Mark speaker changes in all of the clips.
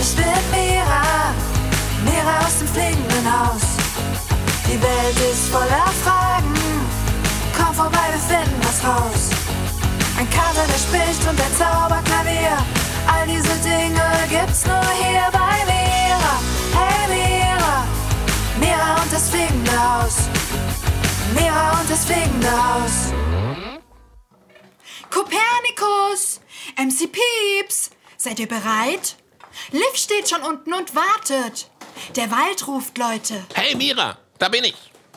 Speaker 1: Ich bin Mira, Mira aus dem fliegenden Haus. Die Welt ist voller Fragen. Komm vorbei, wir finden was raus. Ein Kater, der spricht und ein Zauberklavier. All diese Dinge gibt's nur hier bei Mira. Hey Mira, Mira und das fliegende Haus. Mira und das fliegende Haus.
Speaker 2: Kopernikus! MC Pieps! Seid ihr bereit? Liv steht schon unten und wartet. Der Wald ruft, Leute.
Speaker 3: Hey Mira, da bin ich.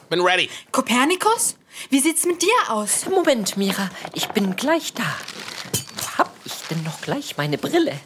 Speaker 3: Bin ready.
Speaker 2: Kopernikus, wie sieht's mit dir aus?
Speaker 4: Moment, Mira, ich bin gleich da. Wo hab ich denn noch gleich meine Brille?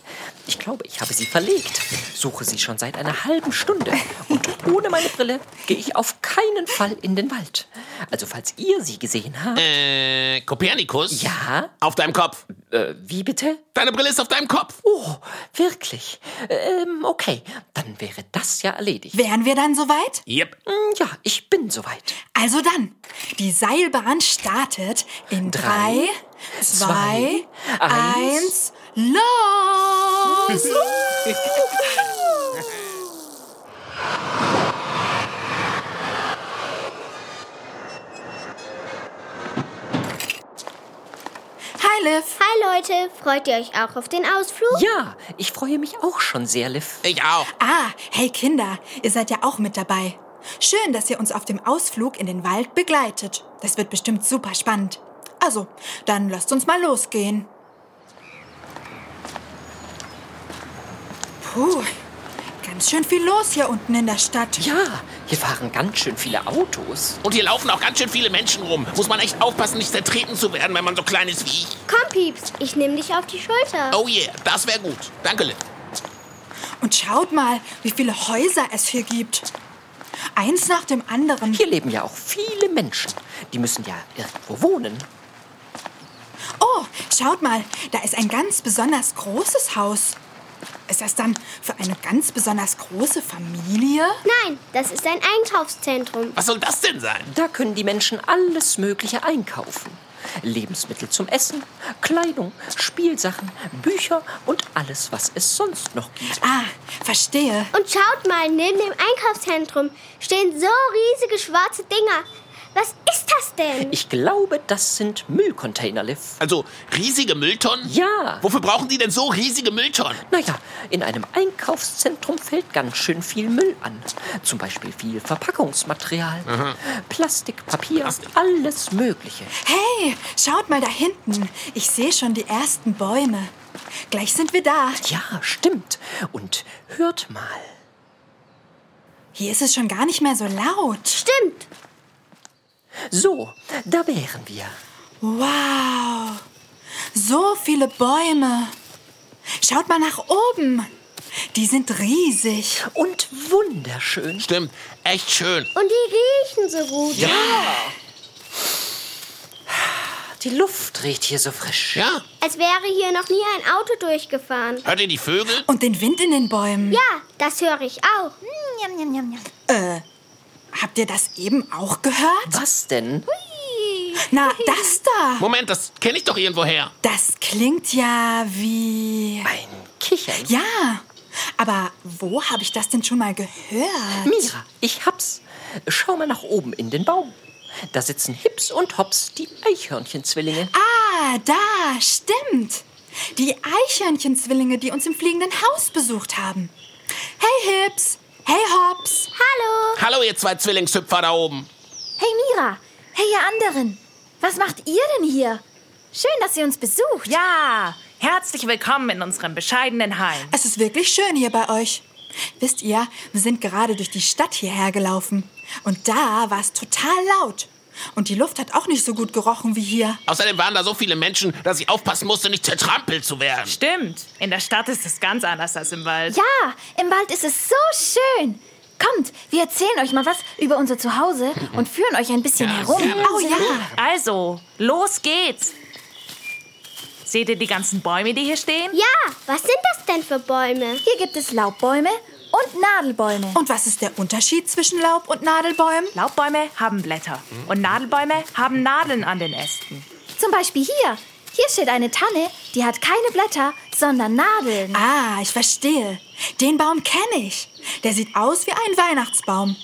Speaker 4: Ich glaube, ich habe sie verlegt. Suche sie schon seit einer halben Stunde. Und ohne meine Brille gehe ich auf keinen Fall in den Wald. Also, falls ihr sie gesehen habt.
Speaker 3: Äh, Kopernikus?
Speaker 4: Ja?
Speaker 3: Auf deinem Kopf.
Speaker 4: Äh, wie bitte?
Speaker 3: Deine Brille ist auf deinem Kopf.
Speaker 4: Oh, wirklich? Ähm, okay, dann wäre das ja erledigt.
Speaker 2: Wären wir dann soweit?
Speaker 3: Yep.
Speaker 4: Hm, Ja, ich bin soweit.
Speaker 2: Also dann, die Seilbahn startet in drei, zwei,
Speaker 4: zwei,
Speaker 2: eins, los! Hi Liv,
Speaker 5: Hi Leute, freut ihr euch auch auf den Ausflug?
Speaker 4: Ja, ich freue mich auch schon sehr, Liv.
Speaker 3: Ich auch.
Speaker 2: ah, hey Kinder, ihr seid ja auch mit dabei. Schön, dass ihr uns auf dem Ausflug in den Wald begleitet. Das wird bestimmt super spannend. Also, dann lasst uns mal losgehen. Puh, ganz schön viel los hier unten in der Stadt.
Speaker 4: Ja, hier fahren ganz schön viele Autos.
Speaker 3: Und hier laufen auch ganz schön viele Menschen rum. Muss man echt aufpassen, nicht zertreten zu werden, wenn man so klein ist wie ich.
Speaker 5: Komm Pieps, ich nehme dich auf die Schulter.
Speaker 3: Oh yeah, das wäre gut. Danke, Liv.
Speaker 2: Und schaut mal, wie viele Häuser es hier gibt. Eins nach dem anderen.
Speaker 4: Hier leben ja auch viele Menschen. Die müssen ja irgendwo wohnen.
Speaker 2: Oh, schaut mal, da ist ein ganz besonders großes Haus. Ist das dann für eine ganz besonders große Familie?
Speaker 5: Nein, das ist ein Einkaufszentrum.
Speaker 3: Was soll das denn sein?
Speaker 4: Da können die Menschen alles Mögliche einkaufen. Lebensmittel zum Essen, Kleidung, Spielsachen, Bücher und alles, was es sonst noch gibt.
Speaker 2: Ah, verstehe.
Speaker 5: Und schaut mal, neben dem Einkaufszentrum stehen so riesige schwarze Dinger. Was ist das denn?
Speaker 4: Ich glaube, das sind Müllcontainer, Liv.
Speaker 3: Also riesige Mülltonnen?
Speaker 4: Ja.
Speaker 3: Wofür brauchen die denn so riesige Mülltonnen?
Speaker 4: Naja, in einem Einkaufszentrum fällt ganz schön viel Müll an. Zum Beispiel viel Verpackungsmaterial, Plastik, Papier, alles Mögliche.
Speaker 2: Hey, schaut mal da hinten. Ich sehe schon die ersten Bäume. Gleich sind wir da.
Speaker 4: Ja, stimmt. Und hört mal.
Speaker 2: Hier ist es schon gar nicht mehr so laut.
Speaker 5: Stimmt,
Speaker 4: So, da wären wir.
Speaker 2: Wow. So viele Bäume. Schaut mal nach oben. Die sind riesig.
Speaker 4: Und wunderschön.
Speaker 3: Stimmt, echt schön.
Speaker 5: und die riechen so gut.
Speaker 4: Die Luft riecht hier so frisch.
Speaker 3: Ja,
Speaker 5: Als wäre hier noch nie ein Auto durchgefahren.
Speaker 3: hört ihr die Vögel?
Speaker 2: Und den Wind in den Bäumen.
Speaker 5: Ja, das höre ich auch.
Speaker 2: Habt ihr das eben auch gehört?
Speaker 4: Was denn?
Speaker 2: Na, das da.
Speaker 3: Moment, das kenne ich doch irgendwoher.
Speaker 2: Das klingt ja wie.
Speaker 4: Ein Kichern.
Speaker 2: Ja. Aber wo habe ich das denn schon mal gehört?
Speaker 4: Mira, ich hab's. Schau mal nach oben in den Baum. Da sitzen Hips und Hops, die Eichhörnchenzwillinge.
Speaker 2: Ah, da, stimmt. Die Eichhörnchenzwillinge, die uns im fliegenden Haus besucht haben. Hey Hips, hey Hops.
Speaker 5: Hallo.
Speaker 3: Hallo, ihr zwei Zwillingshüpfer da oben.
Speaker 6: Hey Mira! Hey ihr anderen! Was macht ihr denn hier? Schön, dass ihr uns besucht.
Speaker 7: Ja, herzlich willkommen in unserem bescheidenen Heim.
Speaker 2: Es ist wirklich schön hier bei euch. Wisst ihr, wir sind gerade durch die Stadt hierher gelaufen. Und da war es total laut. Und die Luft hat auch nicht so gut gerochen wie hier.
Speaker 3: Außerdem waren da so viele Menschen, dass ich aufpassen musste, nicht zertrampelt zu werden.
Speaker 7: Stimmt, in der Stadt ist es ganz anders als im Wald.
Speaker 6: Ja, im Wald ist es so schön. Kommt, wir erzählen euch mal was über unser Zuhause und führen euch ein bisschen herum.
Speaker 2: Oh ja.
Speaker 7: Also, los geht's. Seht ihr die ganzen Bäume, die hier stehen?
Speaker 5: Ja, was sind das denn für Bäume?
Speaker 6: Hier gibt es Laubbäume und Nadelbäume.
Speaker 2: Und was ist der Unterschied zwischen Laub- und Nadelbäumen?
Speaker 7: Laubbäume haben Blätter und Nadelbäume haben Nadeln an den Ästen.
Speaker 6: Zum Beispiel hier. Hier steht eine Tanne, die hat keine Blätter, sondern Nadeln.
Speaker 2: Ah, ich verstehe. Den Baum kenne ich. Der sieht aus wie ein Weihnachtsbaum.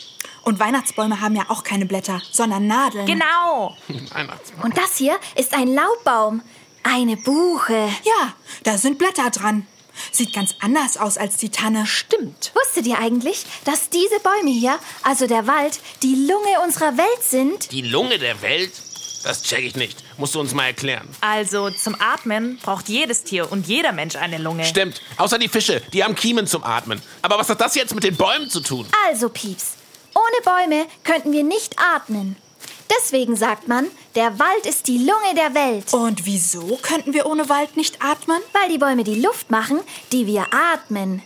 Speaker 2: Und Weihnachtsbäume haben ja auch keine Blätter, sondern Nadeln.
Speaker 7: Genau.
Speaker 3: Weihnachtsmann.
Speaker 6: Und das hier ist ein Laubbaum. Eine Buche.
Speaker 2: Ja, da sind Blätter dran. Sieht ganz anders aus als die Tanne.
Speaker 4: Stimmt.
Speaker 6: Wusstet ihr eigentlich, dass diese Bäume hier, also der Wald, die Lunge unserer Welt sind?
Speaker 3: Die Lunge der Welt? Das check ich nicht. Musst du uns mal erklären.
Speaker 7: Also zum Atmen braucht jedes Tier und jeder Mensch eine Lunge.
Speaker 3: Stimmt. Außer die Fische. Die haben Kiemen zum Atmen. Aber was hat das jetzt mit den Bäumen zu tun?
Speaker 6: Also, Pieps, ohne Bäume könnten wir nicht atmen. Deswegen sagt man, der Wald ist die Lunge der Welt,
Speaker 2: Und wieso könnten wir ohne Wald nicht atmen?
Speaker 6: weil die Bäume die Luft machen, die wir atmen.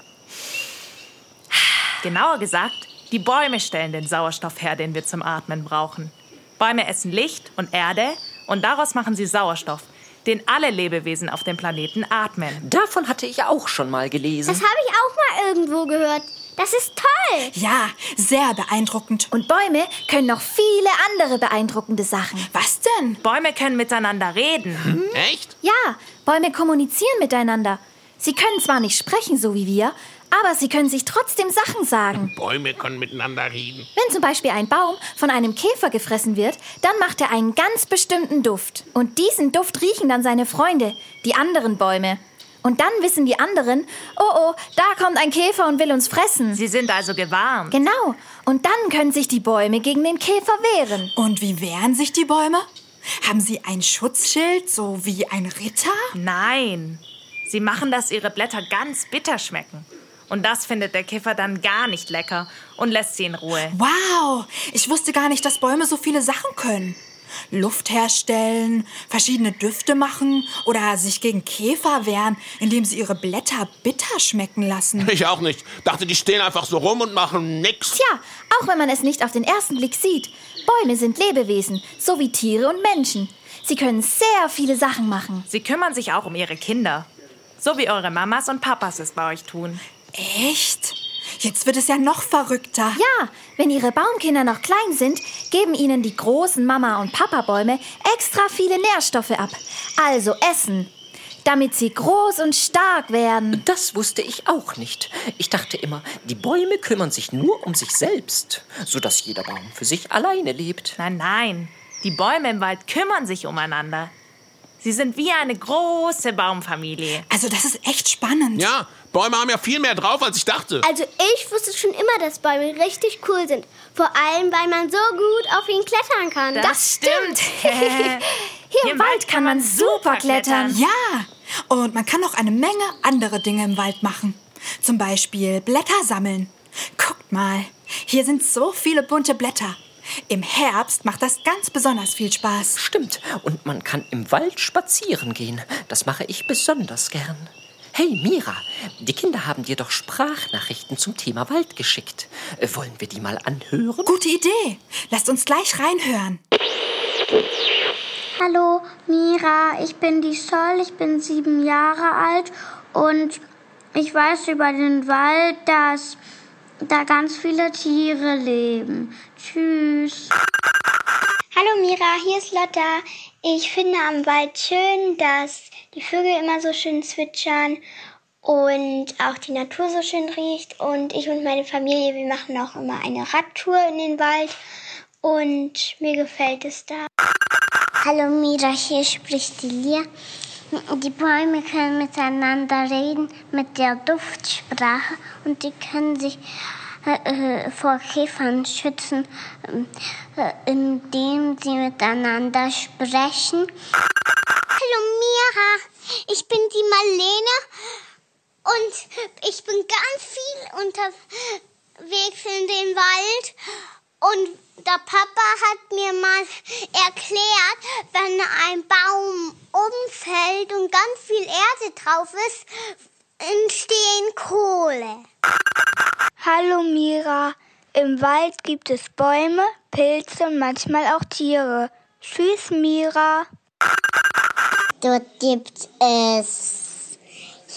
Speaker 7: Genauer gesagt, die Bäume stellen den Sauerstoff her, den wir zum Atmen brauchen. Bäume essen Licht und Erde und daraus machen sie Sauerstoff, den alle Lebewesen auf dem Planeten atmen.
Speaker 4: Davon hatte ich auch schon mal gelesen.
Speaker 5: Das habe ich auch mal irgendwo gehört. Das ist toll.
Speaker 2: Ja, sehr beeindruckend.
Speaker 6: Und Bäume können noch viele andere beeindruckende Sachen.
Speaker 2: Was denn?
Speaker 7: Bäume können miteinander reden.
Speaker 3: Echt?
Speaker 6: Ja, Bäume kommunizieren miteinander. Sie können zwar nicht sprechen, so wie wir, aber sie können sich trotzdem Sachen sagen.
Speaker 3: Bäume können miteinander reden.
Speaker 6: Wenn zum Beispiel ein Baum von einem Käfer gefressen wird, dann macht er einen ganz bestimmten Duft. Und diesen Duft riechen dann seine Freunde, die anderen Bäume. Und dann wissen die anderen, oh oh, da kommt ein Käfer und will uns fressen.
Speaker 7: Sie sind also gewarnt.
Speaker 6: Genau. Und dann können sich die Bäume gegen den Käfer wehren.
Speaker 2: Und wie wehren sich die Bäume? Haben sie ein Schutzschild, so wie ein Ritter?
Speaker 7: Nein, sie machen, dass ihre Blätter ganz bitter schmecken. Und das findet der Käfer dann gar nicht lecker und lässt sie in Ruhe.
Speaker 2: Wow, ich wusste gar nicht, dass Bäume so viele Sachen können. Luft herstellen, verschiedene Düfte machen oder sich gegen Käfer wehren, indem sie ihre Blätter bitter schmecken lassen.
Speaker 3: Ich auch nicht. Dachte, die stehen einfach so rum und machen nix.
Speaker 6: Tja, auch wenn man es nicht auf den ersten Blick sieht, Bäume sind Lebewesen, so wie Tiere und Menschen. Sie können sehr viele Sachen machen.
Speaker 7: Sie kümmern sich auch um ihre Kinder. So wie eure Mamas und Papas es bei euch tun.
Speaker 2: Echt? Jetzt wird es ja noch verrückter.
Speaker 6: Ja, wenn ihre Baumkinder noch klein sind, geben ihnen die großen Mama- und Papabäume extra viele Nährstoffe ab, also Essen, damit sie groß und stark werden.
Speaker 4: Das wusste ich auch nicht. Ich dachte immer, die Bäume kümmern sich nur um sich selbst, sodass jeder Baum für sich alleine lebt.
Speaker 7: Nein, nein. Die Bäume im Wald kümmern sich umeinander. Sie sind wie eine große Baumfamilie.
Speaker 2: Also das ist echt spannend.
Speaker 3: Ja, Bäume haben ja viel mehr drauf, als ich dachte.
Speaker 5: Also ich wusste schon immer, dass Bäume richtig cool sind. Vor allem, weil man so gut auf ihnen klettern kann.
Speaker 7: Das stimmt.
Speaker 6: Hier im Wald kann man super klettern.
Speaker 2: Ja, und man kann auch eine Menge andere Dinge im Wald machen. Zum Beispiel Blätter sammeln. Guckt mal, hier sind so viele bunte Blätter. Im Herbst macht das ganz besonders viel Spaß.
Speaker 4: Stimmt, und man kann im Wald spazieren gehen. Das mache ich besonders gern. Hey Mira, die Kinder haben dir doch Sprachnachrichten zum Thema Wald geschickt. Äh, Wollen wir die mal anhören?
Speaker 2: Gute Idee. Lasst uns gleich reinhören.
Speaker 8: Hallo Mira, ich bin die Sol, ich bin sieben Jahre alt und ich weiß über den Wald, dass da ganz viele Tiere leben. Tschüss.
Speaker 5: Hallo Mira, hier ist Lotta. Ich finde am Wald schön, dass die Vögel immer so schön zwitschern und auch die Natur so schön riecht. Und ich und meine Familie, wir machen auch immer eine Radtour in den Wald und mir gefällt es da.
Speaker 8: Hallo Mira, hier spricht die Lia. Die Bäume können miteinander reden mit der Duftsprache und die können sich äh, äh, vor Käfern schützen, ähm, äh, indem sie miteinander sprechen.
Speaker 5: Hallo Mira, ich bin die Marlene und ich bin ganz viel unterwegs in den Wald. Und der Papa hat mir mal erklärt, wenn ein Baum umfällt und ganz viel Erde drauf ist, entstehen Kohle.
Speaker 8: Hallo Mira, im Wald gibt es Bäume, Pilze und manchmal auch Tiere. Tschüss Mira.
Speaker 5: Dort gibt es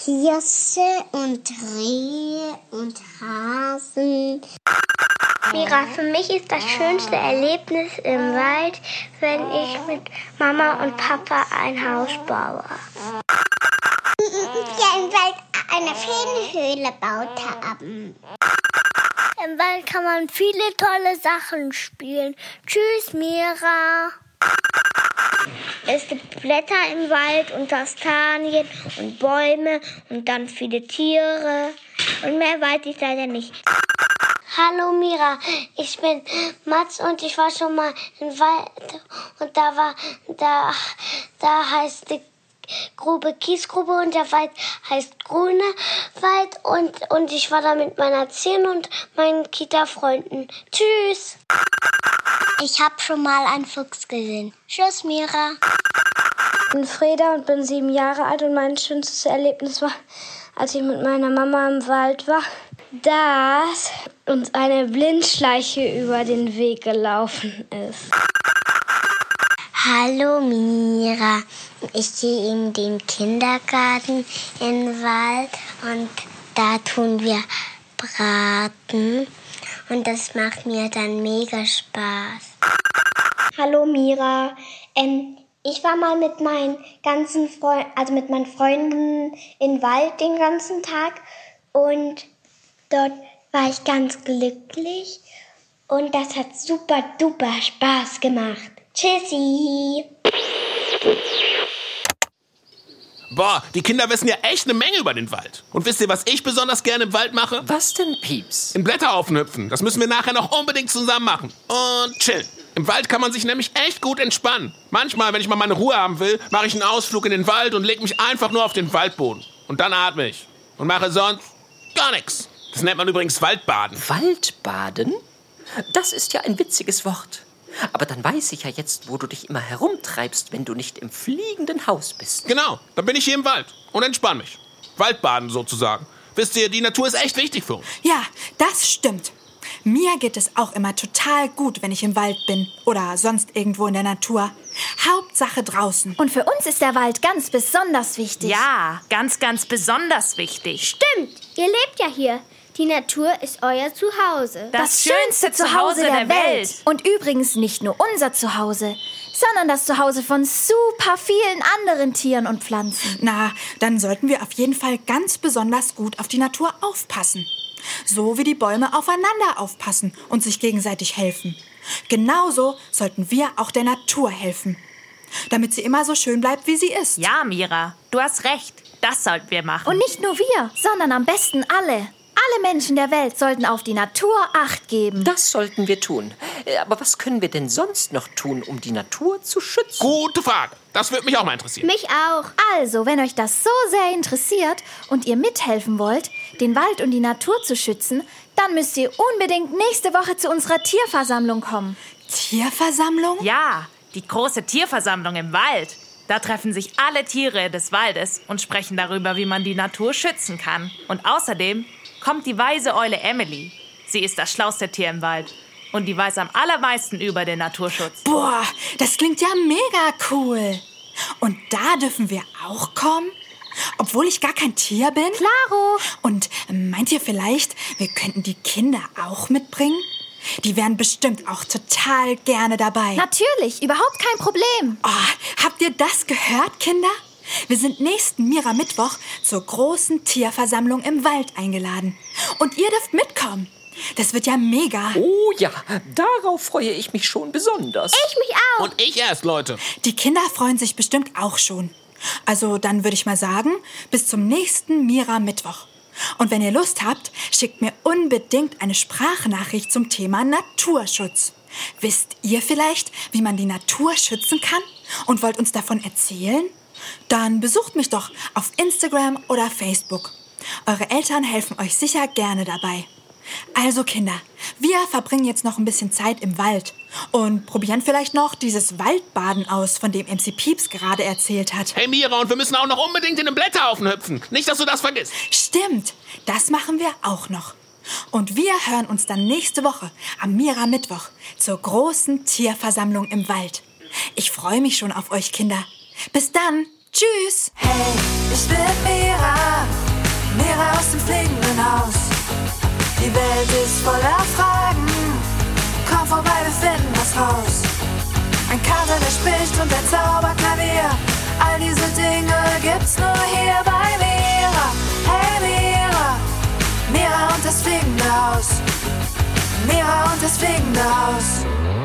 Speaker 5: Hirsche und Rehe und Hasen.
Speaker 8: Mira, für mich ist das schönste Erlebnis im Wald, wenn ich mit Mama und Papa ein Haus baue.
Speaker 5: Ja, im Wald eine Feenhöhle baut haben.
Speaker 8: Im Wald kann man viele tolle Sachen spielen. Tschüss, Mira. Es gibt Blätter im Wald und Kastanien und Bäume und dann viele Tiere. Und mehr weiß ich leider nicht. Hallo Mira, ich bin Mats und ich war schon mal im Wald und da war, da, da heißt die Grube Kiesgrube und der Wald heißt Grüne Wald und, und ich war da mit meiner Zehn und meinen Kita-Freunden. Tschüss! Ich habe schon mal einen Fuchs gesehen. Tschüss, Mira. Ich bin Freda und bin sieben Jahre alt und mein schönstes Erlebnis war, als ich mit meiner Mama im Wald war, dass uns eine Blindschleiche über den Weg gelaufen ist.
Speaker 5: Hallo Mira, ich gehe in den Kindergarten im Wald und da tun wir Braten und das macht mir dann mega Spaß.
Speaker 8: Hallo Mira. Ähm, ich war mal mit meinen ganzen Freunden, also mit meinen Freunden im Wald den ganzen Tag und dort war ich ganz glücklich und das hat super duper Spaß gemacht. Tschüssi.
Speaker 3: Boah, die Kinder wissen ja echt eine Menge über den Wald. Und wisst ihr, was ich besonders gerne im Wald mache?
Speaker 4: Was denn, Pieps?
Speaker 3: In Blätter aufnüpfen. Das müssen wir nachher noch unbedingt zusammen machen. Und chillen. Im Wald kann man sich nämlich echt gut entspannen. Manchmal, wenn ich mal meine Ruhe haben will, mache ich einen Ausflug in den Wald und lege mich einfach nur auf den Waldboden. Und dann atme ich. Und mache sonst gar nichts. Das nennt man übrigens Waldbaden.
Speaker 4: Waldbaden? Das ist ja ein witziges Wort. Aber dann weiß ich ja jetzt, wo du dich immer herumtreibst, wenn du nicht im fliegenden Haus bist.
Speaker 3: Genau, dann bin ich hier im Wald und entspanne mich. Waldbaden sozusagen. Wisst ihr, die Natur ist echt wichtig für uns.
Speaker 2: Ja, das stimmt. Mir geht es auch immer total gut, wenn ich im Wald bin oder sonst irgendwo in der Natur. Hauptsache draußen.
Speaker 6: Und für uns ist der Wald ganz besonders wichtig.
Speaker 7: Ja, ganz, ganz besonders wichtig.
Speaker 9: Stimmt, ihr lebt ja hier. Die Natur ist euer Zuhause.
Speaker 7: Das, schönste Zuhause der Welt.
Speaker 6: Und übrigens nicht nur unser Zuhause, sondern das Zuhause von super vielen anderen Tieren und Pflanzen.
Speaker 2: Na, dann sollten wir auf jeden Fall ganz besonders gut auf die Natur aufpassen. So wie die Bäume aufeinander aufpassen und sich gegenseitig helfen. Genauso sollten wir auch der Natur helfen. Damit sie immer so schön bleibt, wie sie ist.
Speaker 7: Ja, Mira, du hast recht. Das sollten wir machen.
Speaker 6: Und nicht nur wir, sondern am besten alle. Alle Menschen der Welt sollten auf die Natur Acht geben.
Speaker 4: Das sollten wir tun. Äh, Aber was können wir denn sonst noch tun, um die Natur zu schützen?
Speaker 3: Gute Frage. Das würde mich auch mal interessieren.
Speaker 9: Mich auch.
Speaker 6: Also, wenn euch das so sehr interessiert und ihr mithelfen wollt, den Wald und die Natur zu schützen, dann müsst ihr unbedingt nächste Woche zu unserer Tierversammlung kommen.
Speaker 2: Tierversammlung?
Speaker 7: Ja, die große Tierversammlung im Wald. Da treffen sich alle Tiere des Waldes und sprechen darüber, wie man die Natur schützen kann. Und außerdem kommt die weise Eule Emily. Sie ist das schlauste Tier im Wald und die weiß am allermeisten über den Naturschutz.
Speaker 2: Boah, das klingt ja mega cool. Und da dürfen wir auch kommen? Obwohl ich gar kein Tier bin?
Speaker 6: Klaro.
Speaker 2: Und meint ihr vielleicht, wir könnten die Kinder auch mitbringen? Die wären bestimmt auch total gerne dabei.
Speaker 6: Natürlich, überhaupt kein Problem.
Speaker 2: Oh, habt ihr das gehört, Kinder? Wir sind nächsten Mira-Mittwoch zur großen Tierversammlung im Wald eingeladen. Und ihr dürft mitkommen. Das wird ja mega.
Speaker 4: Oh ja, darauf freue ich mich schon besonders.
Speaker 9: Ich mich auch.
Speaker 3: Und ich erst, Leute.
Speaker 2: Die Kinder freuen sich bestimmt auch schon. Also dann würde ich mal sagen, bis zum nächsten Mira-Mittwoch. Und wenn ihr Lust habt, schickt mir unbedingt eine Sprachnachricht zum Thema Naturschutz. Wisst ihr vielleicht, wie man die Natur schützen kann und wollt uns davon erzählen? Dann besucht mich doch auf Instagram oder Facebook. Eure Eltern helfen euch sicher gerne dabei. Also Kinder, wir verbringen jetzt noch ein bisschen Zeit im Wald und probieren vielleicht noch dieses Waldbaden aus, von dem MC Pieps gerade erzählt hat.
Speaker 3: Hey Mira, und wir müssen auch noch unbedingt in den Blätterhaufen hüpfen. Nicht, dass du das vergisst.
Speaker 2: Stimmt, das machen wir auch noch. Und wir hören uns dann nächste Woche am Mira Mittwoch zur großen Tierversammlung im Wald. Ich freue mich schon auf euch Kinder. Bis dann. Tschüss.
Speaker 1: Hey, ich bin Mira, Mira aus dem fliegenden Haus. Die Welt ist voller Fragen,
Speaker 2: was raus. Ein Kater, der spricht und ein Zauberklavier. All diese Dinge gibt's nur hier bei Mira. Hey Mira, Mira und das fliegende Haus. Mira und das fliegende Haus.